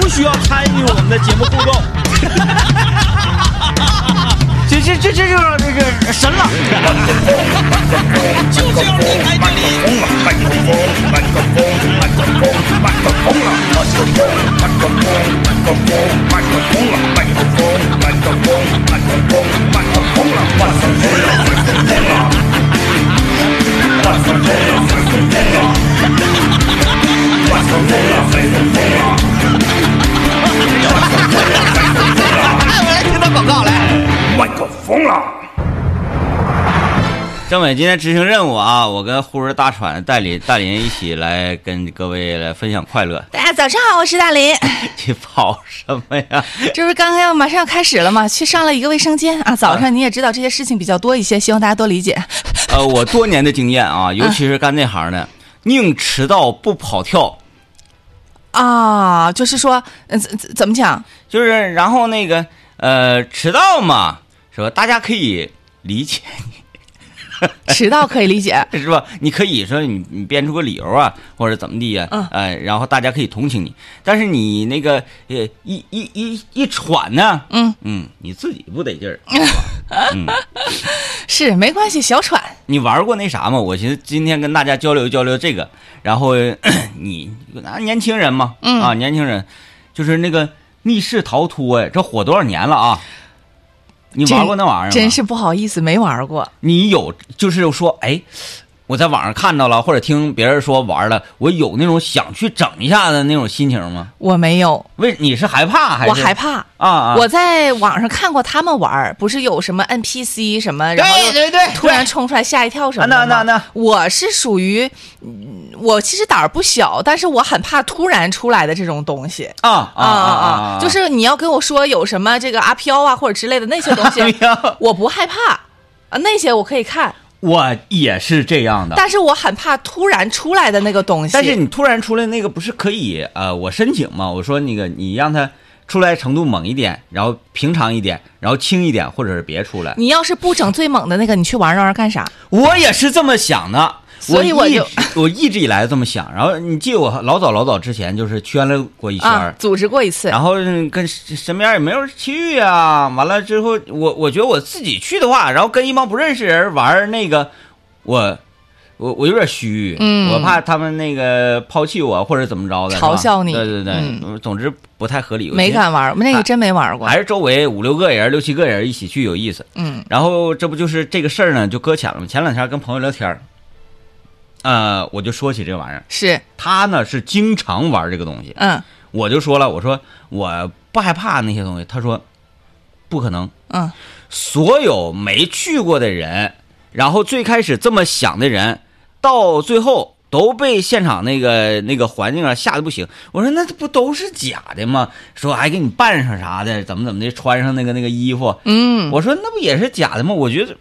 不需要参与我们的节目互 动。这这这这就是这个神 了。就是要离开这里。我来听他广告来。麦克风了。政委今天执行任务啊，我跟呼儿大喘、戴林、大林一起来跟各位来分享快乐。大家早上好，我是大林。 你跑什么呀？这不是刚刚要马上要开始了吗？去上了一个卫生间啊。早上你也知道这些事情比较多一些，希望大家多理解。 呃，我多年的经验啊，尤其是干这行的，宁迟到不跑跳，啊，就是说，嗯，怎怎怎么讲？就是然后那个呃迟到嘛，是吧？大家可以理解，迟到可以理解， 是吧？你可以说你你编出个理由啊，或者怎么地呀、嗯哎、然后大家可以同情你，但是你那个呃一一一一喘呢，嗯嗯，你自己不得劲儿。 是没关系，小喘。你玩过那啥吗？我寻思今天跟大家交流交流这个，然后 咳你啊，年轻人嘛，嗯啊，年轻人，就是那个密室逃脱哎呀，这火多少年了啊？ 你玩过那玩意儿吗？真是不好意思，没玩过。你有就是说，哎，我在网上看到了，或者听别人说玩了，我有那种想去整一下的那种心情吗？我没有，为你是害怕还是？我害怕。啊啊！我在网上看过他们玩儿，不是有什么 NPC 什么，然后对又对对，突然冲出来吓一跳什么的吗。啊那那那我是属于，嗯我其实胆儿不小，但是我很怕突然出来的这种东西。啊啊啊啊！就是你要跟我说有什么这个阿飘啊或者之类的那些 东哎西，呀我不害怕啊，那些我可以看，啊我也是这样的。但是我很怕突然出来的那个东西。但是你突然出来那个不是可以呃，我申请嘛？我说那个你让他出来程度猛一点，然后平常一点，然后轻一点，或者是别出来。你要是不整最猛的那个，你去玩那玩意儿干啥？我也是这么想的，所以我我一就我一直以来这么想。然后你记得我老早老早之前就是圈了过一圈儿。啊，组织过一次，然后嗯跟身身边也没有人去呀、完了之后，我我觉得我自己去的话，然后跟一帮不认识人玩儿那个，我我我有点虚，嗯我怕他们那个抛弃我或者怎么着的，是吧嘲笑你对对对，嗯总之不太合理，我没寻思敢玩儿，那哎个真没玩过。还是周围五六个人、六七个人一起去有意思。嗯，然后这不就是这个事儿呢，就搁浅了嘛。前两天跟朋友聊天儿，呃，我就说起这玩意儿，是，他呢是经常玩这个东西，嗯我就说了，我说我不害怕那些东西。他说不可能，嗯，所有没去过的人，然后最开始这么想的人，到最后都被现场那个那个环境啊吓得不行。我说那不都是假的吗？说还给你扮上啥的，怎么怎么的，穿上那个那个衣服。嗯，我说那不也是假的吗？我觉得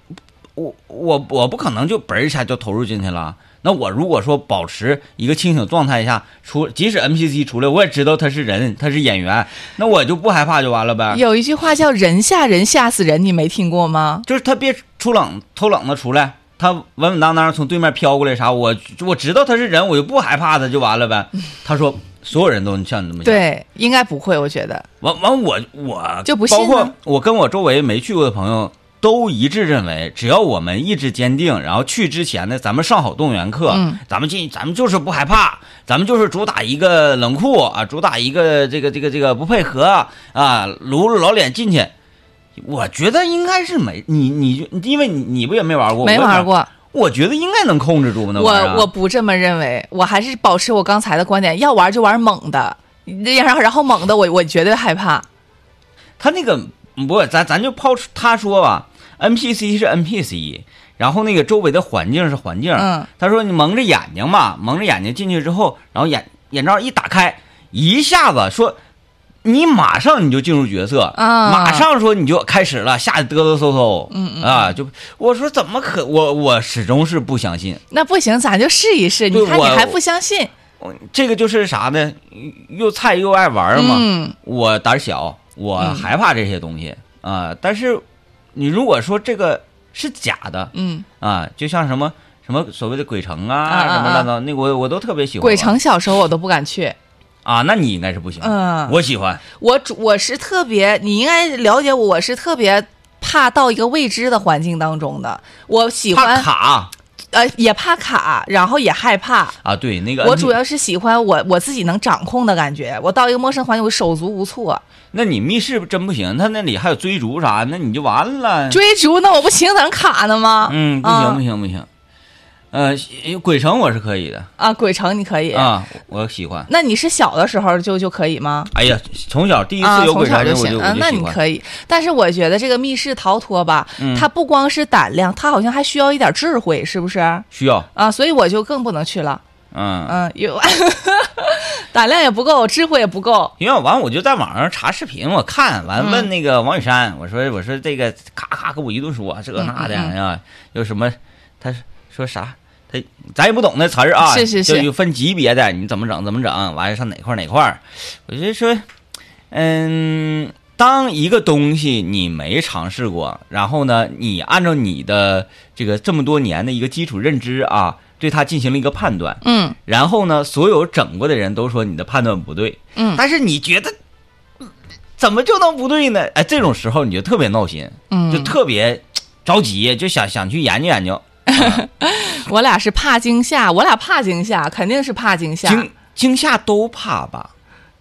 我我我不可能就嘣儿一下就投入进去了。那我如果说保持一个清醒状态下，出即使 NPC 出来，我也知道他是人，他是演员，那我就不害怕就完了呗。有一句话叫“人吓人吓死人”，你没听过吗？就是他别出冷偷冷子出来，他稳稳当当从对面飘过来啥，我我知道他是人，我就不害怕他就完了 呗。他说所有人都像你这么想，对，应该不会，我觉得。完完我我就不信包呢括我跟我周围没去过的朋友都一致认为，只要我们意志坚定，然后去之前呢，咱们上好动员课，嗯咱们进，咱们就是不害怕，咱们就是主打一个冷酷啊，主打一个这个这个这个不配合啊，撸了老脸进去。我觉得应该是没你你就因为你你不也没玩过，没我也玩，过，我觉得应该能控制住那玩意儿啊我我不这么认为，我还是保持我刚才的观点，要玩就玩猛的，然后然后猛的我我绝对害怕。他那个不，咱咱就抛出他说吧，NPC 是 NPC，然后那个周围的环境是环境。嗯，他说你蒙着眼睛嘛，蒙着眼睛进去之后，然后眼眼罩一打开，一下子说。你马上你就进入角色，啊马上说你就开始了，吓得嘚嘚嗖嗖，嗯嗯啊，就我说怎么可我我始终是不相信，那不行，咱就试一试。对你看你我还不相信？这个就是啥呢？又菜又爱玩嘛。嗯，我胆儿小，我害怕这些东西啊、但是你如果说这个是假的嗯，啊、就像什么什么所谓的鬼城啊啊啊什么乱糟，那个我我都特别喜欢玩。鬼城小时候我都不敢去，啊，那你应该是不行。嗯我喜欢。我主我是特别，你应该了解我，我是特别怕到一个未知的环境当中的。我喜怕欢卡呃，也怕卡，然后也害怕。啊，对那个。我主要是喜欢我我自己能掌控的感觉。我到一个陌生环境，我手足无措。那你密室真不行，他那里还有追逐啥，那你就完了。追逐那我不情能卡呢吗？嗯，不啊行不行不行。呃，鬼城我是可以的啊！鬼城你可以，啊，我喜欢。那你是小的时候就就可以吗？哎呀，从小第一啊，次有从鬼城小我就我行就啊，那喜你欢。可以。但是我觉得这个密室逃脱吧，嗯它不光是胆量，它好像还需要一点智慧，是不是？需要，啊，所以我就更不能去了。嗯，嗯，有 胆量也不够，智慧也不够。因为完我就在网上查视频，我看嗯完问那个王雨山，我说我说这个咔咔给我一顿说这个嗯那的哎呀，有什么？他说啥？他咱也不懂那词儿啊，是是是就有分级别的，你怎么整怎么整，完了上哪块儿哪块儿？我就说，嗯，当一个东西你没尝试过，然后呢，你按照你的这个这么多年的一个基础认知啊，对它进行了一个判断，嗯，然后呢，所有整过的人都说你的判断不对，嗯但是你觉得嗯怎么就能不对呢？哎，这种时候你就特别闹心，嗯就特别着急，就想想去研究研究，我俩是怕惊吓，我俩怕惊吓，肯定是怕惊吓。惊惊吓都怕吧，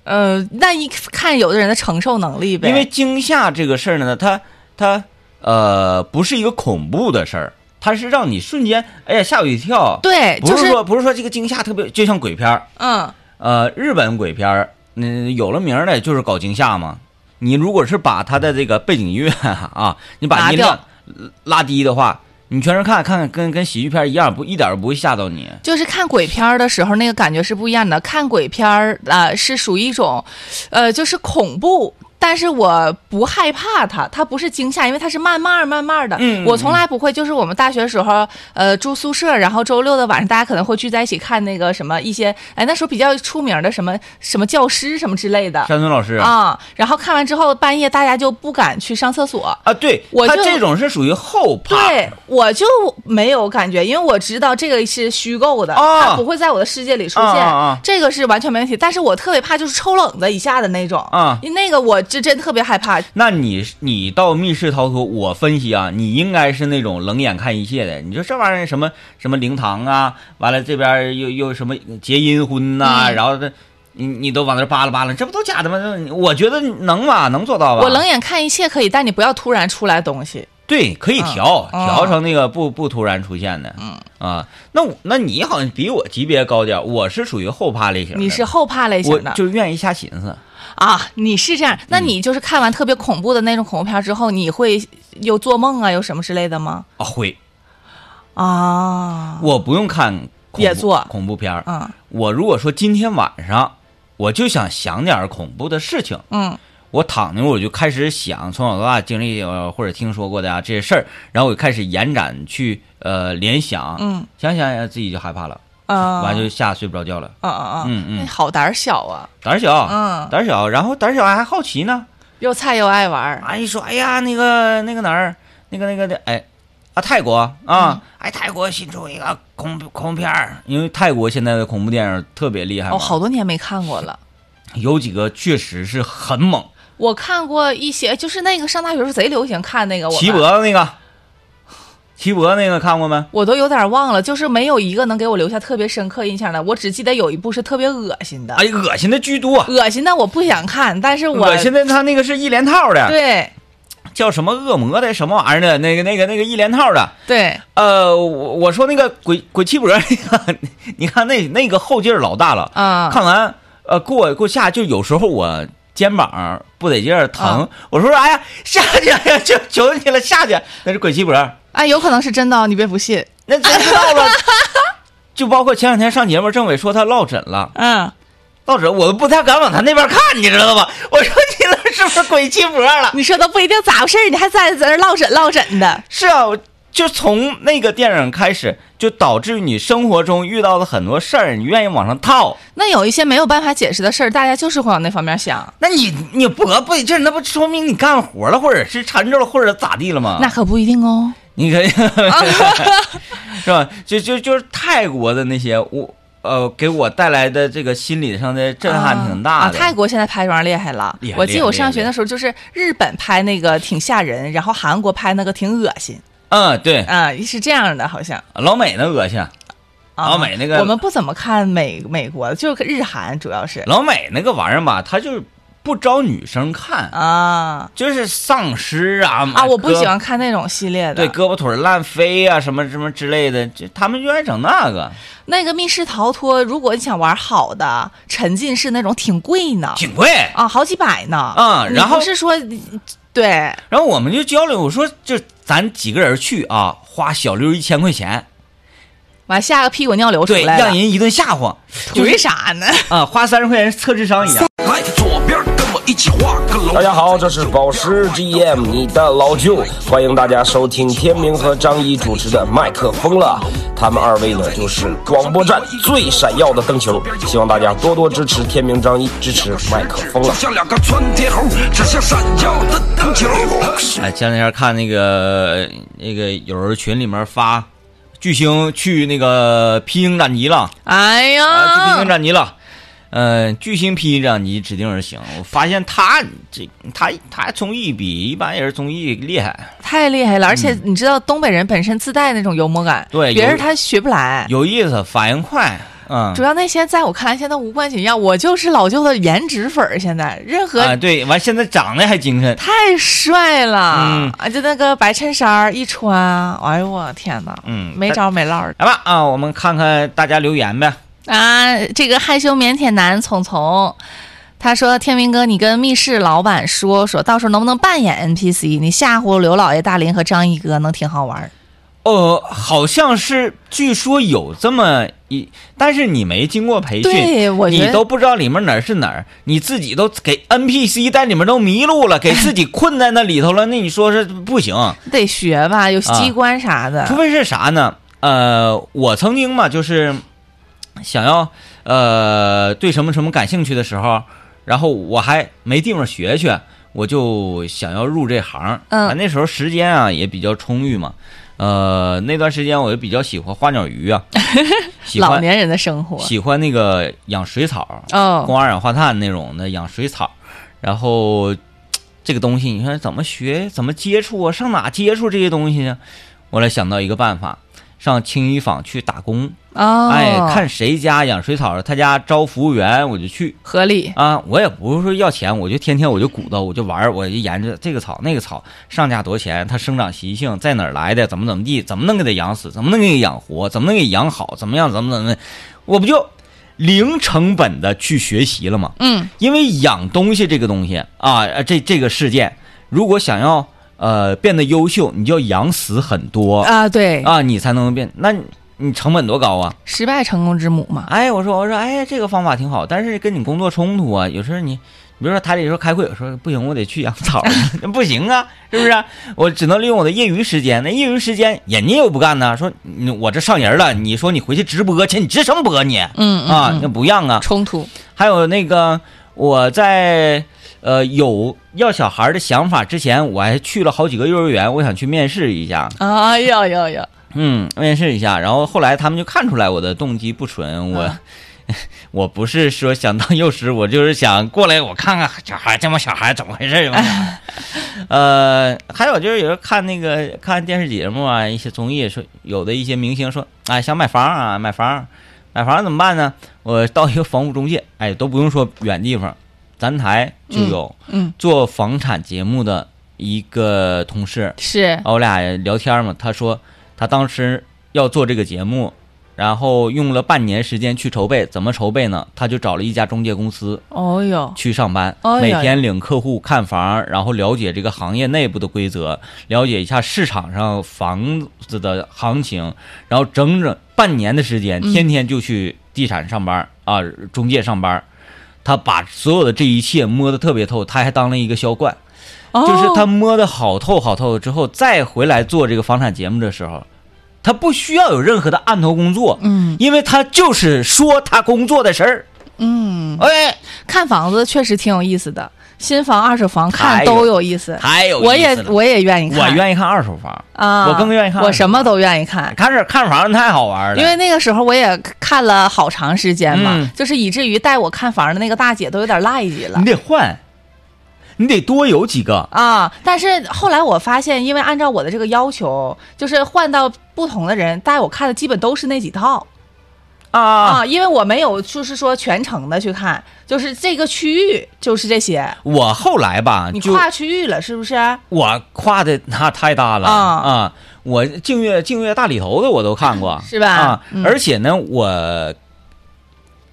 呃，那一看有的人的承受能力呗。因为惊吓这个事儿呢，它它呃不是一个恐怖的事儿，它是让你瞬间哎呀吓我一跳，对，不就是是说不是说这个惊吓特别，就像鬼片儿，嗯，呃，日本鬼片儿，嗯、有了名儿的就是搞惊吓嘛。你如果是把它的这个背景音乐啊， 你把拿音掉量呃拉低的话，你全程看看看跟跟喜剧片儿一样，不一点儿不会吓到你。就是看鬼片儿的时候那个感觉是不一样的。看鬼片儿啊、呃是属于一种，呃，就是恐怖。但是我不害怕它，它不是惊吓，因为它是慢慢儿慢慢儿的。嗯我从来不会，就是我们大学时候，呃，住宿舍，然后周六的晚上，大家可能会聚在一起看那个什么一些，哎，那时候比较出名的什么什么教师什么之类的山村老师啊，啊。然后看完之后，半夜大家就不敢去上厕所，啊对，我他就这种是属于后怕，对，我就没有感觉，因为我知道这个是虚构的，哦它不会在我的世界里出现，啊啊啊这个是完全没问题。但是我特别怕就是抽冷子一下的那种，啊那个我就真特别害怕。那你你到密室逃脱，我分析啊，你应该是那种冷眼看一切的。你说这玩意儿什么什么灵堂啊，完了这边儿又又什么结阴婚呐、嗯然后这你你都往那儿扒拉扒拉，这不都假的吗？这我觉得能吧，能做到吧。我冷眼看一切可以，但你不要突然出来东西。对，可以调、嗯调成那个不不突然出现的。嗯啊，那我那你好像比我级别高点儿，我是属于后怕类型的。你是后怕类我型的就嗯愿意瞎寻思。啊？你是这样？那你就是看完特别恐怖的那种恐怖片之后，你会有做梦啊，有什么之类的吗？啊，会，啊，我不用看恐怖也做恐怖片儿。嗯我如果说今天晚上我就想想点儿恐怖的事情，嗯我躺那会儿我就开始想从小到大经历呃或者听说过的啊这些事儿，然后我就开始延展去呃联想，嗯想想哎自己就害怕了，啊，完就吓睡不着觉了。啊啊啊，嗯嗯那好胆儿小啊，胆儿小，嗯胆儿小，然后胆儿小还好奇呢，又菜又爱玩儿。啊一说哎呀那个那个哪儿那个那个的哎。啊，泰国嗯啊，哎，泰国新出一个恐怖恐怖片儿，因为泰国现在的恐怖电影特别厉害嘛，哦，好多年没看过了。有几个确实是很猛，我看过一些，就是那个上大学时候贼流行看那个，我齐们脖子那个，齐脖子那个看过没？我都有点忘了，就是没有一个能给我留下特别深刻印象的。我只记得有一部是特别恶心的，哎，恶心的居多，恶心的我不想看，但是我恶心的他那个是一连套的，对叫什么恶魔的什么玩意儿的，那个那个那个一连套的。对，呃，我我说那个鬼鬼七脖那个， 你看那那个后劲儿老大了，啊看完呃给我给我吓，就有时候我。肩膀不得劲儿疼，啊我说哎呀下去，哎呀求求你了下去，那是鬼七脖，哎，有可能是真的哦，你别不信。那真知道 了。就包括前两天上节目，政委说他落枕了，嗯，落枕我都不太敢往他那边看，你知 道吧？我说你那是不是鬼七脖了？你说都不一定咋回事儿，你还在在这儿落枕落枕的。是啊，我就从那个电影开始，就导致你生活中遇到的很多事儿，你愿意往上套。那有一些没有办法解释的事儿，大家就是会往那方面想，那你你脖不得劲儿，那不说明你干活了，或者是缠着了，或者咋地了吗？那可不一定哦。 你可以是吧？就就就是泰国的那些，我呃给我带来的这个心理上的震撼挺啊大啊的。泰国现在拍这玩意儿厉害了厉害，我记得我厉害上学厉害的时候，就是日本拍那个挺吓人，然后韩国拍那个挺恶心嗯，对，啊，是这样的，好像。老美那恶心，啊老美那个我们不怎么看美美国的，就是日韩主要是老美那个玩意儿吧，他就是不招女生看，啊就是丧尸啊啊，我不喜。胳欢看那种系列的。对，胳膊腿儿烂飞啊，什么什么之类的，就他们就爱整那个，那个密室逃脱，如果你想玩好的沉浸式那种，挺贵呢，挺贵。啊，好几百呢。嗯你然后不是说对然后我们就交流，我说就咱几个人去啊，花小六一千块钱，完下个屁滚尿流出对，来让了，人一顿吓唬，就为是啥呢？啊，花三十块钱测智商一样。来，左边跟我一起画个龙。大家好，这是宝石 GM，你的老舅，欢迎大家收听天明和张一主持的《麦克风了》，他们二位呢就是广播站最闪耀的灯球，希望大家多多支持天明、张一，支持《麦克风了就》。像两个窜天猴，指向闪耀的灯球。哎，前两天看那个那个有人群里面发，巨星去那个披荆斩棘了，哎啊，去披荆呀，斩棘了。嗯、巨星披荆斩棘指定而行。我发现他这他他综艺比一般人综艺厉害。太厉害了！而且你知道东北人本身自带那种幽默感，嗯对别人有他学不来。有意思，反应快，嗯主，要那些在我看来现在无关紧要，我就是老舅的颜值粉儿。现在任何啊，对，完现在长得还精神，太帅了嗯啊！就那个白衬衫儿一穿，哎呦我天哪，嗯没着没落儿的来吧啊，我们看看大家留言呗。啊！这个害羞腼腆男聪聪。他说：“天明哥，你跟密室老板说说，到时候能不能扮演 NPC？你吓唬刘老爷、大林和张一哥，能挺好玩儿。哦，好像是，据说有这么一，但是你没经过培训，对我觉得你都不知道里面哪儿是哪儿，你自己都给 NPC 在里面都迷路了，给自己困在那里头了，那你说是不行？得学吧，有啊机关啥的。除非是啥呢？呃，我曾经嘛，就是想要呃对什么什么感兴趣的时候，然后我还没地方学去，我就想要入这行。嗯啊那时候时间啊也比较充裕嘛。呃，那段时间我就比较喜欢花鸟 鱼啊，喜老欢年人的生活，喜欢那个养水草，哦，光二氧化碳那种的养水草，然后这个东西你看怎么学，怎么接触啊？上哪接触这些东西呢？我来想到一个办法，上青衣坊去打工，哦，哎，看谁家养水草，他家招服务员我就去合理， 啊，我也不是说要钱，我就天天我就鼓捣，我就玩儿，我就研究这个草那个草上架多少钱，它生长习性在哪儿来的，怎么怎么地，怎么能给它养死，怎么能给它养活，怎么能给它养好，怎么样，怎么怎么的，我不就零成本的去学习了吗？嗯，因为养东西这个东西啊，呃这这个事件，如果想要呃变得优秀，你就要养死很多啊，对，啊，你才能变。那你你成本多高啊？失败成功之母嘛。哎，我说我说，哎，这个方法挺好，但是跟你工作冲突啊。有时候你，比如说台里说开会，我说不行，我得去养草， 那不行啊，是不是？我只能利用我的业余时间。那业余时间人家又不干呢，说你我这上人了，你说你回去直播去，你直什么播你？嗯啊，那嗯，不让啊。冲突还有那个我在呃有要小孩的想法之前，我还去了好几个幼儿园，我想去面试一下，哎呀呀呀！嗯，面试一下。然后后来他们就看出来我的动机不纯，我、嗯啊我不是说想当幼师，我就是想过来我看看小孩这帮小孩怎么回事儿。呃，还有就是有人看那个看电视节目啊，一些综艺说有的一些明星说，哎，想买房啊，买房，买房怎么办呢？我到一个房屋中介，哎，都不用说远地方，咱台就有，嗯嗯做房产节目的一个同事，是啊我俩聊天嘛，他说他当时要做这个节目，然后用了半年时间去筹备，怎么筹备呢？他就找了一家中介公司哦哟，去上班，哎呀每天领客户看房，然后了解这个行业内部的规则，了解一下市场上房子的行情，然后整整半年的时间，嗯天天就去地产上班啊，中介上班。他把所有的这一切摸得特别透，他还当了一个销冠。就是他哦摸得好透好透之后，再回来做这个房产节目的时候，他不需要有任何的案头工作，嗯因为他就是说他工作的事儿，嗯，哎，看房子确实挺有意思的，新房、二手房太看有都有意思。太有意思我也了我也愿意看，我愿意看二手房，啊，我更愿意看二手我什么都愿意看。看这看房太好玩了，因为那个时候我也看了好长时间嘛，嗯就是以至于带我看房的那个大姐都有点赖叽了你得换，你得多有几个。啊。但是后来我发现，因为按照我的这个要求，就是换到不同的人带我看的基本都是那几套啊啊！啊，因为我没有就是说全程的去看，就是这个区域就是这些，我后来吧，你就跨区域了是不是？我跨的那太大了啊啊！我净月净月大里头的我都看过， 是吧啊，嗯而且呢，我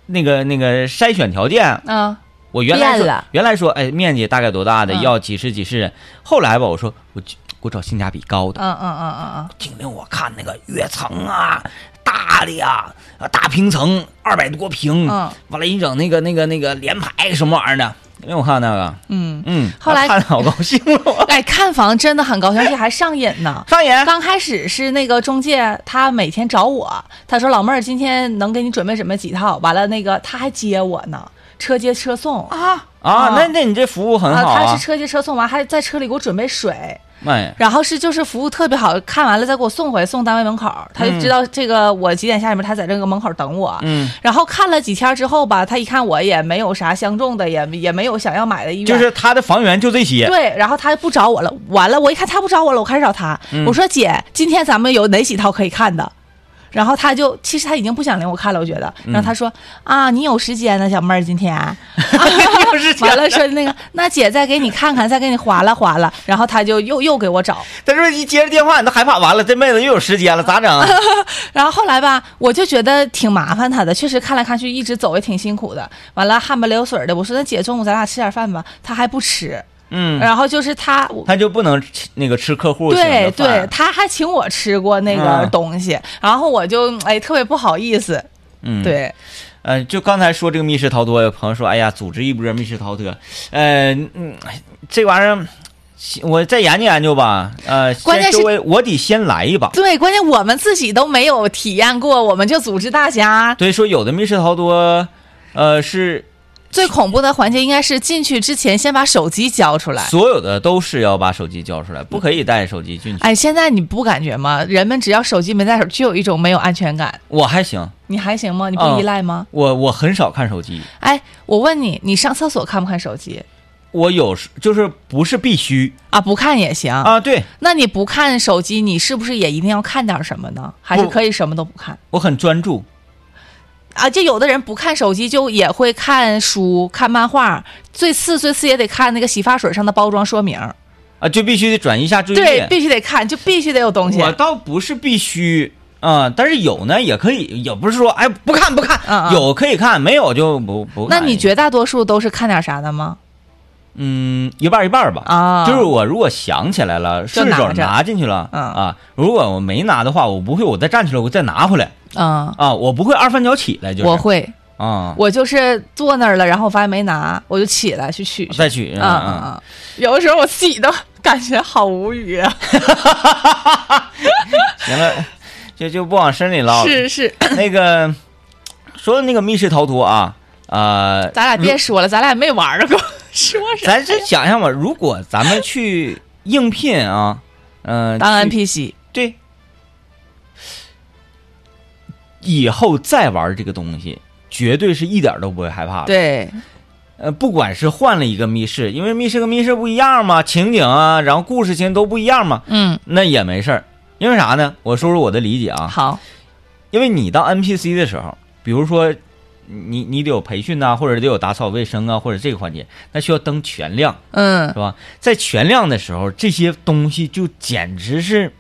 那个那个筛选条件，嗯我原来变说了原来说，哎，面积大概多大的，嗯要几室几室人。后来吧，我说我就我找性价比高的，嗯嗯嗯嗯听听我看那个跃层啊，大的呀，啊大平层二百多平，嗯完了，一整那个那个那个联排什么玩意儿的，因为我看那个，嗯嗯。嗯，后来看的好高兴了， 哎，看房真的很高兴，而且还上瘾呢。上瘾。刚开始是那个中介，他每天找我，他说老妹儿今天能给你准备准备几套？完了那个他还接我呢，车接车送啊，啊，啊那那你这服务很好他啊哎是，车接车送完还在车里给我准备水，妈呀，然后是就是服务特别好，看完了再给我送回来送单位门口，他就知道这个我几点下班，他在这个门口等我。嗯，然后看了几天之后吧，他一看我也没有啥相中的，也也没有想要买的意愿，就是他的房源就这些，对，然后他不找我了，完了，我一看他不找我了，我开始找他，嗯我说姐，今天咱们有哪几套可以看的？然后他就，其实他已经不想领我看了，我觉得。嗯然后他说：“啊，你有时间呢，小妹儿，今天。啊”完了说那个，那姐再给你看看，再给你划拉划拉。然后他就又又给我找，他说一接着电话你都害怕，完了这妹子又有时间了，咋 整？啊然后后来吧，我就觉得挺麻烦他的，确实看来看去一直走也挺辛苦的。完了汗不流水的，我说那姐中午咱俩吃点饭吧，他还不吃。嗯，然后就是他，我他就不能吃那个吃客户请对的对饭，，他还请我吃过那个嗯东西，然后我就哎特别不好意思，嗯，对，呃，就刚才说这个密室逃脱，有朋友说，哎呀，组织一波密室逃脱，呃，嗯，这玩意儿我再研究研究吧，呃，关键先是周围我得先来一把。对，关键我们自己都没有体验过，我们就组织大家。所以说有的密室逃脱，呃，是最恐怖的环节应该是进去之前先把手机交出来。所有的都是要把手机交出来，不可以带手机进去。哎，现在你不感觉吗？人们只要手机没在手，就有一种没有安全感。我还行，你还行吗？你不嗯依赖吗？我我很少看手机，哎，我问你，你上厕所看不看手机我有时就是不是必须啊？不看也行。啊？对那你不看手机，你是不是也一定要看点什么呢？还是不可以什么都不看？我很专注，啊，就有的人不看手机，就也会看书、看漫画，最次最次也得看那个洗发水上的包装说明儿，啊，就必须得转移一下注意对，力。必须得看，就必须得有东西。我倒不是必须啊、但是有呢也可以，也不是说哎不看不看， 嗯嗯有可以看，没有就不不哎那看。你绝大多数都是看点啥的吗？嗯一半一半吧？啊就是我如果想起来了，就顺拿手着拿进去了、嗯啊，如果我没拿的话，我不会，我再站起来我再拿回来嗯，啊，我不会二翻脚起来就是我会，啊，我就是坐那儿了，然后我发现没拿，我就起来去取去。再去嗯嗯嗯嗯，有的时候我自己都感觉好无语啊。行了，就就不往深里唠了。是是， 那个说的那个密室逃脱啊，呃，咱俩别说了，咱俩没玩儿过， 说啥？咱是想象吧，如果咱们去应聘啊，嗯、当去 NPC 对，以后再玩这个东西，绝对是一点都不会害怕了。，对，呃，不管是换了一个密室，因为密室跟密室不一样嘛，情景啊，然后故事情都不一样嘛，嗯，那也没事儿。因为啥呢？我说说我的理解啊。好，因为你当 NPC 的时候，比如说你你得有培训呐、或者得有打扫卫生啊，或者这个环节，那需要灯全亮，嗯是吧？在全亮的时候，这些东西就简直是，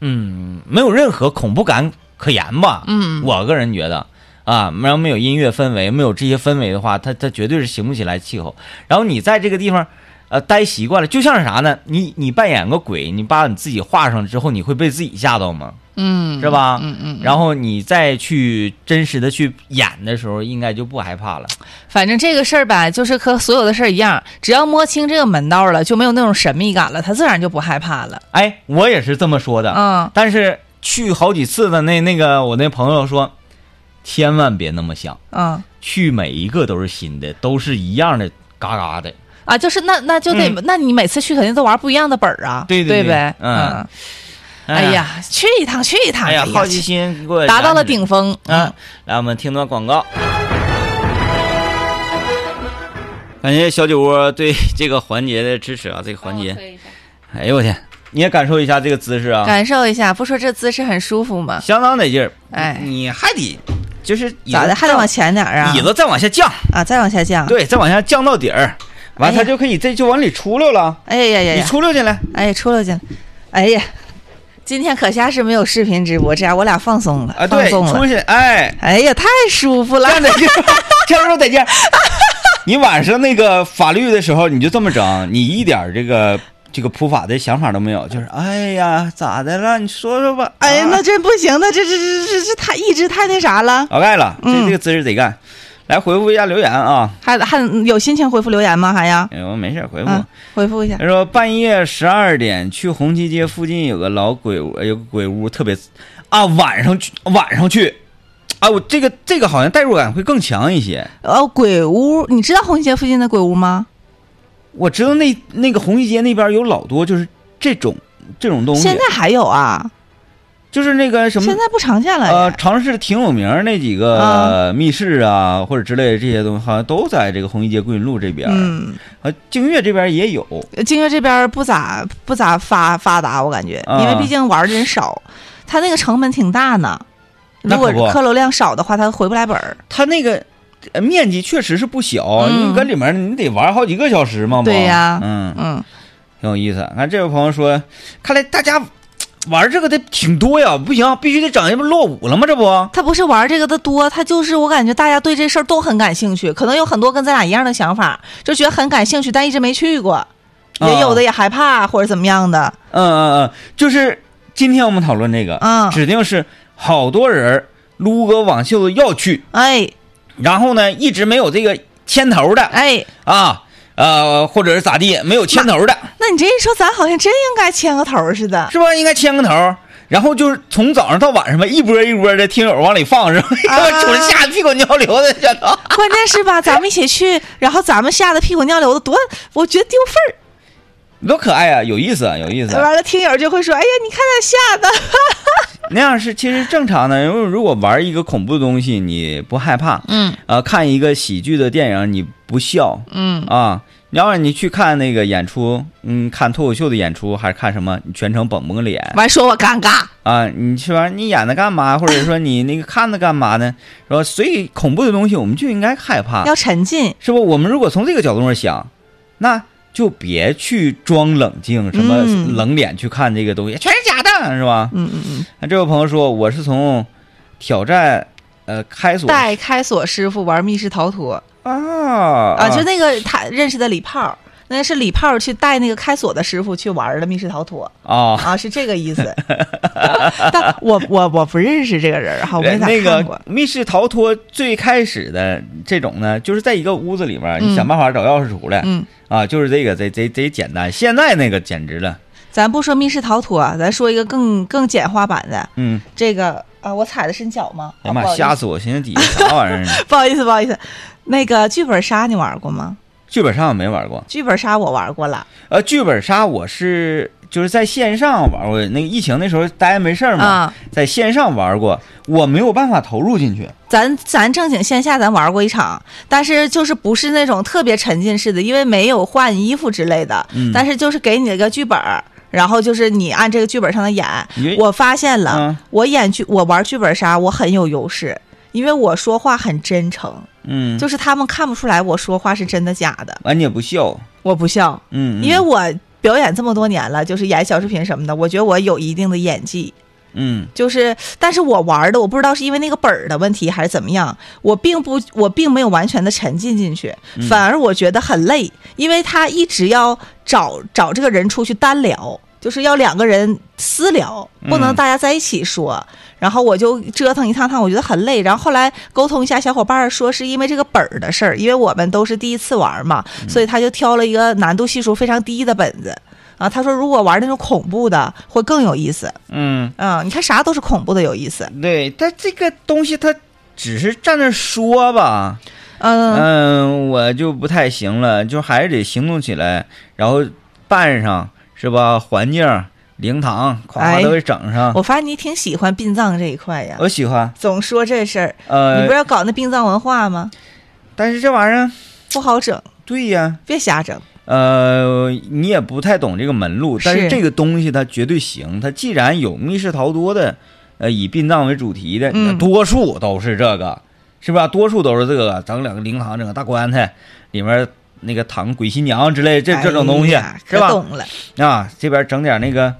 嗯，没有任何恐怖感可言吧？嗯我个人觉得啊，然后没有音乐氛围，没有这些氛围的话，它它绝对是行不起来气候。然后你在这个地方。呃，待习惯了，就像是啥呢？你你扮演个鬼，你把你自己画上之后，你会被自己吓到吗？嗯，是吧？嗯嗯，然后你再去真实的去演的时候，应该就不害怕了。反正这个事儿吧，就是和所有的事儿一样，只要摸清这个门道了，就没有那种神秘感了，他自然就不害怕了。哎，我也是这么说的。嗯但是去好几次的那那个我那朋友说，千万别那么想，嗯去每一个都是新的，都是一样的，嘎嘎的。啊，就是那那就得，那你每次去肯定都玩不一样的本儿啊，嗯对对对对呗，嗯嗯，哎，呀，去一趟去一趟，哎呀，好奇去心给我达到了燃起来顶峰，嗯啊，来，我们听段广告。感谢小酒窝对这个环节的支持啊！这个环节，哎呦我天，你也感受一下这个姿势啊，感受一下，不说这姿势很舒服吗？相当得劲儿。哎你还得就是椅子咋的，还得再往前点儿啊？椅子再往下降，啊，再往下 降。对，再往下降到底儿，完哎它呀就可以这就往里出溜了。哎呀呀你呀！出溜进来，哎呀，出溜去了。哎呀，今天可虾是没有视频直播，这样我俩放松了，啊，放对，松出了。去，哎， 哎呀，太舒服了这。样得劲儿，这样得劲儿。 你晚上那个法律的时候，你就这么整，你一点儿这个这个普法的想法都没有，就是哎呀，咋的了？你说说吧。 哎呀，啊那真不行，那这这这这这太一直太那啥了。老盖了，这嗯这个姿势得干。来回复一下留言啊，还还有心情回复留言吗？还呀？哎呦，没事儿回复。嗯，回复一下他。说半夜十二点去红旗街附近有个老鬼屋，有个鬼屋特别啊，晚上去晚上去，啊，我这个这个好像代入感会更强一些。哦，鬼屋，你知道红旗街附近的鬼屋吗？我知道那那个红旗街那边有老多就是这种这种东西，现在还有啊？就是那个什么现在不常见了呃，耶。长市挺有名儿那几个啊密室啊，或者之类的这些东西，好像都在这个红旗街桂云路这边儿，嗯，啊，净月这边儿也有。金月这边不咋不咋发发达，我感觉，啊因为毕竟玩儿的人少，他那个成本挺大呢。那如可果不客流量少的话，他回不来本儿。它那个呃面积确实是不小，嗯因为搁里面儿你得玩好几个小时嘛。不对呀嗯，嗯，挺有意思。看这位朋友说，看来大家嘖玩这个的挺多呀，不行，必须得整，这不落伍了吗？这不，嗯他不是玩这个的多，他就是我感觉大家对这事儿都很感兴趣，可能有很多跟咱俩一样的想法，就觉得很感兴趣，但一直没去过，也有的也害怕或者怎么样的。嗯嗯嗯，就是今天我们讨论这个，嗯指定是好多人儿撸个网袖子要去，哎然后呢，一直没有这个牵头的哎，啊，呃，或者是咋地，没有牵头的，那你这一说，咱好像真应该牵个头儿似的。是吧？应该牵个头。然后就是从早上到晚上吧，一波一波的听友往里放，是吧？啊要不吓得屁滚尿流的，这都。关键是吧，咱们一起去，然后咱们吓得屁滚尿流的，多我觉得丢份儿。多可爱啊，有意思啊，有意思啊。完了，听友就会说：“哎呀，你看他 吓的。那样是其实正常的，因为如果玩一个恐怖的东西你不害怕，嗯呃，看一个喜剧的电影你不笑”嗯，啊，要然你去看那个演出，嗯，看脱口秀的演出还是看什么，你全程绷绷个脸完说我尴尬。啊，你去玩你演的干嘛，或者说你那个看的干嘛呢？说所以恐怖的东西我们就应该害 怕， 要沉浸，是不？我们如果从这个角度上想，那就别去装冷静，什么嗯冷脸去看这个东西，全是假的，是吧？嗯嗯嗯，那这位朋友说，我是从挑战呃开锁带开锁师傅玩密室逃脱啊啊，啊就那个他认识的李炮，那是李炮去带那个开锁的师傅去玩的密室逃脱啊。啊，是这个 意思。但我我我不认识这个人儿哈，我没咋那看过个。密室逃脱最开始的这种呢，就是在一个屋子里面，嗯你想办法找钥匙出来、嗯，啊，就是这个贼贼贼简单。现在那个简直了，咱不说密室逃脱，啊咱说一个更更简化版的，嗯，这个啊，我踩的是你脚吗？哎呀妈啊，吓！死我！寻思底下啥玩意儿呢？不好意思不好意思，不好意思，那个剧本杀你玩过吗？剧本杀我没玩过，剧本杀我玩过了呃，剧本杀我是就是在线上玩过，那个疫情那时候待着没事儿嘛，啊，在线上玩过，我没有办法投入进去。咱咱正经线下咱玩过一场，但是就是不是那种特别沉浸式的，因为没有换衣服之类的，嗯但是就是给你一个剧本儿。然后就是你按这个剧本上的演你，我发现了，嗯我演剧我玩剧本杀我很有优势，因为我说话很真诚，嗯，就是他们看不出来我说话是真的假的，完你也不笑，我不笑，嗯，因为嗯我表演这么多年了，就是演小视频什么的，我觉得我有一定的演技。嗯就是，但是我玩的我不知道是因为那个本儿的问题还是怎么样，我并不，我并没有完全的沉浸进去，嗯反而我觉得很累，因为他一直要找找这个人出去单聊，就是要两个人私聊，不能嗯大家在一起说。然后我就折腾一趟趟，我觉得很累。然后后来沟通一下，小伙伴儿说是因为这个本儿的事儿，因为我们都是第一次玩儿嘛，嗯所以他就挑了一个难度系数非常低的本子。啊，他说如果玩那种恐怖的会更有意思。嗯嗯，你看啥都是恐怖的有意思。对，但这个东西它只是站那儿说吧，嗯，嗯，我就不太行了，就还是得行动起来，然后办上是吧？环境、灵堂，夸哎都给整上。我发现你挺喜欢殡葬这一块呀，我喜欢，总说这事儿。你呃不是，要搞那殡葬文化吗？但是这玩意儿，不好整，对呀，别瞎整。呃，你也不太懂这个门路，但是是这个东西它绝对行。它既然有密室逃脱的，呃，以殡葬为主题的，嗯多数都是这个，是吧？多数都是这个，整两个灵堂，整个大棺材，里面那个躺鬼新娘之类这这种东西，哎呀是可吧？懂了啊，这边整点那个，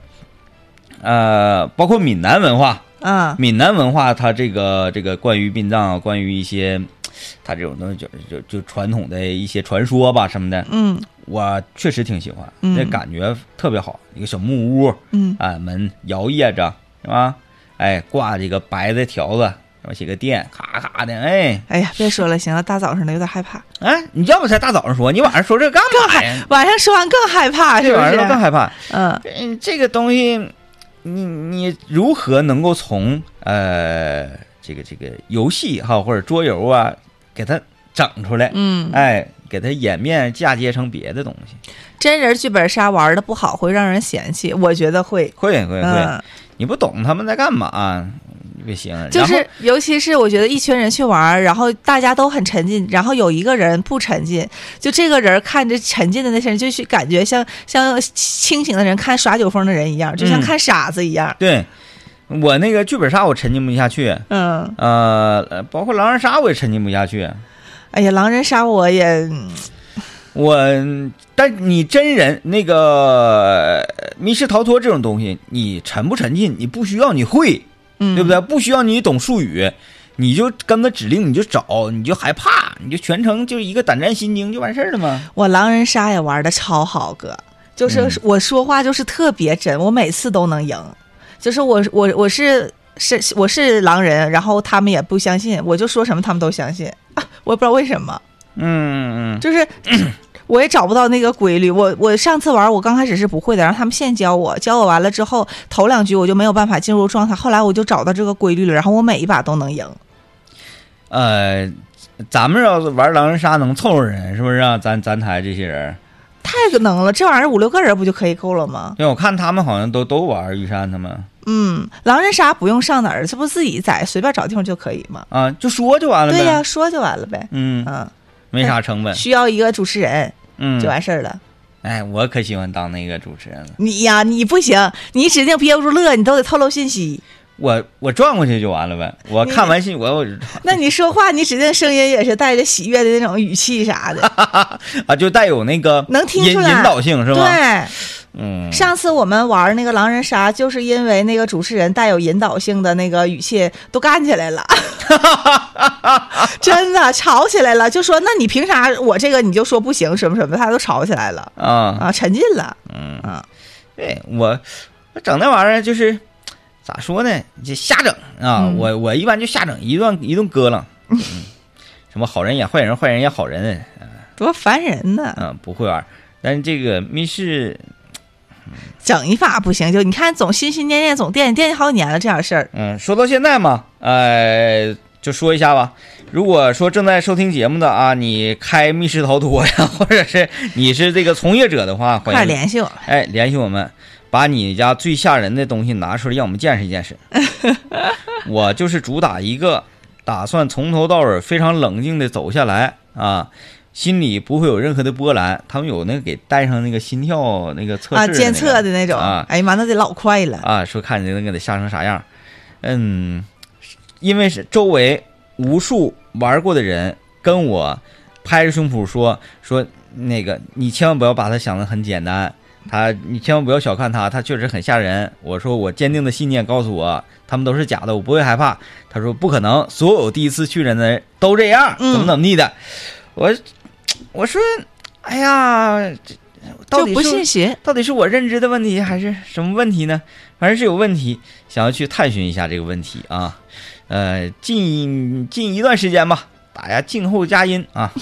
呃，包括闽南文化，啊，闽南文化它这个这个关于殡葬啊，关于一些它这种东西就就就传统的一些传说吧什么的，嗯我确实挺喜欢，嗯那感觉特别好，一个小木屋，嗯啊，门摇曳着是吧？哎，挂这个白的条子。上面写个电，咔咔的，哎哎呀，别说了，行了，大早上的有点害怕，哎，你要不才大早上说，你晚上说这干嘛呀？晚上说完更害怕，是这不玩意儿更是？害怕。嗯嗯，这个东西，你你如何能够从呃这个这个游戏哈或者桌游啊给它整出来？嗯，哎，给它演变嫁接成别的东西，真人剧本杀玩的不好会让人嫌弃，我觉得会。会会会，嗯，你不懂他们在干嘛，不行。就然是，尤其是我觉得一群人去玩儿，然后大家都很沉浸，然后有一个人不沉浸，就这个人看着沉浸的那些人，就是感觉像像清醒的人看耍酒疯的人一样，就嗯像看傻子一样后。对我那个剧本杀我沉浸不下去，嗯，呃，呃包括狼人杀我也沉浸不下去。哎呀，狼人杀我也，嗯我，但你真人那个呃密室逃脱这种东西，你沉不沉浸，你不需要你会，嗯对不对？不需要你懂术语，你就跟着指令，你就找，你就害怕，你就全程就一个胆战心惊就完事儿了嘛。我狼人杀也玩的超好，哥，嗯就是我说话就是特别真，我每次都能赢，就是我我我是是我是狼人，然后他们也不相信，我就说什么他们都相信，啊、我也不知道为什么，嗯嗯，就是 我也找不到那个规律。我我上次玩我刚开始是不会的，然后他们现教我，教我完了之后头两局我就没有办法进入状态，后来我就找到这个规律了，然后我每一把都能赢。呃，咱们要是玩狼人杀能凑合人，是不是啊？咱咱台这些人，太能了，这玩意儿五六个人不就可以够了吗？因为我看他们好像都都玩御山他们嗯，狼人杀不用上哪儿，这不自己在随便找地方就可以吗？啊，就说就完了呗。对呀、说就完了呗。嗯，嗯，没啥成本。需要一个主持人嗯，就完事儿了。哎，我可喜欢当那个主持人了。你呀，你不行，你指定憋不住乐，你都得透露信息。我我转过去就完了呗。我看完戏，我我那你说话，你指定声音也是带着喜悦的那种语气啥的。啊就带有那个能听引出来引导 性是吗？对，嗯，上次我们玩那个狼人杀，就是因为那个主持人带有引导性的那个语气，都干起 来了，真的吵起来了，就说那你凭啥我这个你就说不行什么什么，他都吵起来了啊，啊，沉浸了，嗯啊，对我我整那玩意儿就是咋说呢？就瞎整啊！嗯我我一般就瞎整一顿一顿咯 楞，嗯，什么好人演坏人，坏人演好人，多烦人呢！嗯，不会玩儿。但是这个密室，整一发不行，就你看总心心念念总惦记惦记好几年了这点事儿，嗯，说到现在嘛，呃，就说一下吧。如果说正在收听节目的啊，你开密室逃脱呀， 或者是你是这个从业者的话，欢迎快联系我们。哎，联系我们，把你家最吓人的东西拿出来，让我们见识见 识。我就是主打一个，打算从头到尾非常冷静的走下来啊，心里不会有任何的波澜。他们有那个给带上那个心跳那个测试、啊，监测的那种，啊哎呀妈，那得老快了，啊，说看你那个得吓成啥样。嗯，因为是周围无数玩过的人跟我拍着胸脯说说那个你千万不要把它想的很简单，他你千万不要小看他，他确实很吓人。我说我坚定的信念告诉我，他们都是假的，我不会害怕。他说不可能，所有第一次去人的人都这样，怎么嗯怎么地的。我我说，哎呀，这到就底不是信邪。到底是我认知的问题还是什么问题呢？反正是有问题，想要去探寻一下这个问题啊。呃，近近一段时间吧，大家静候佳音啊。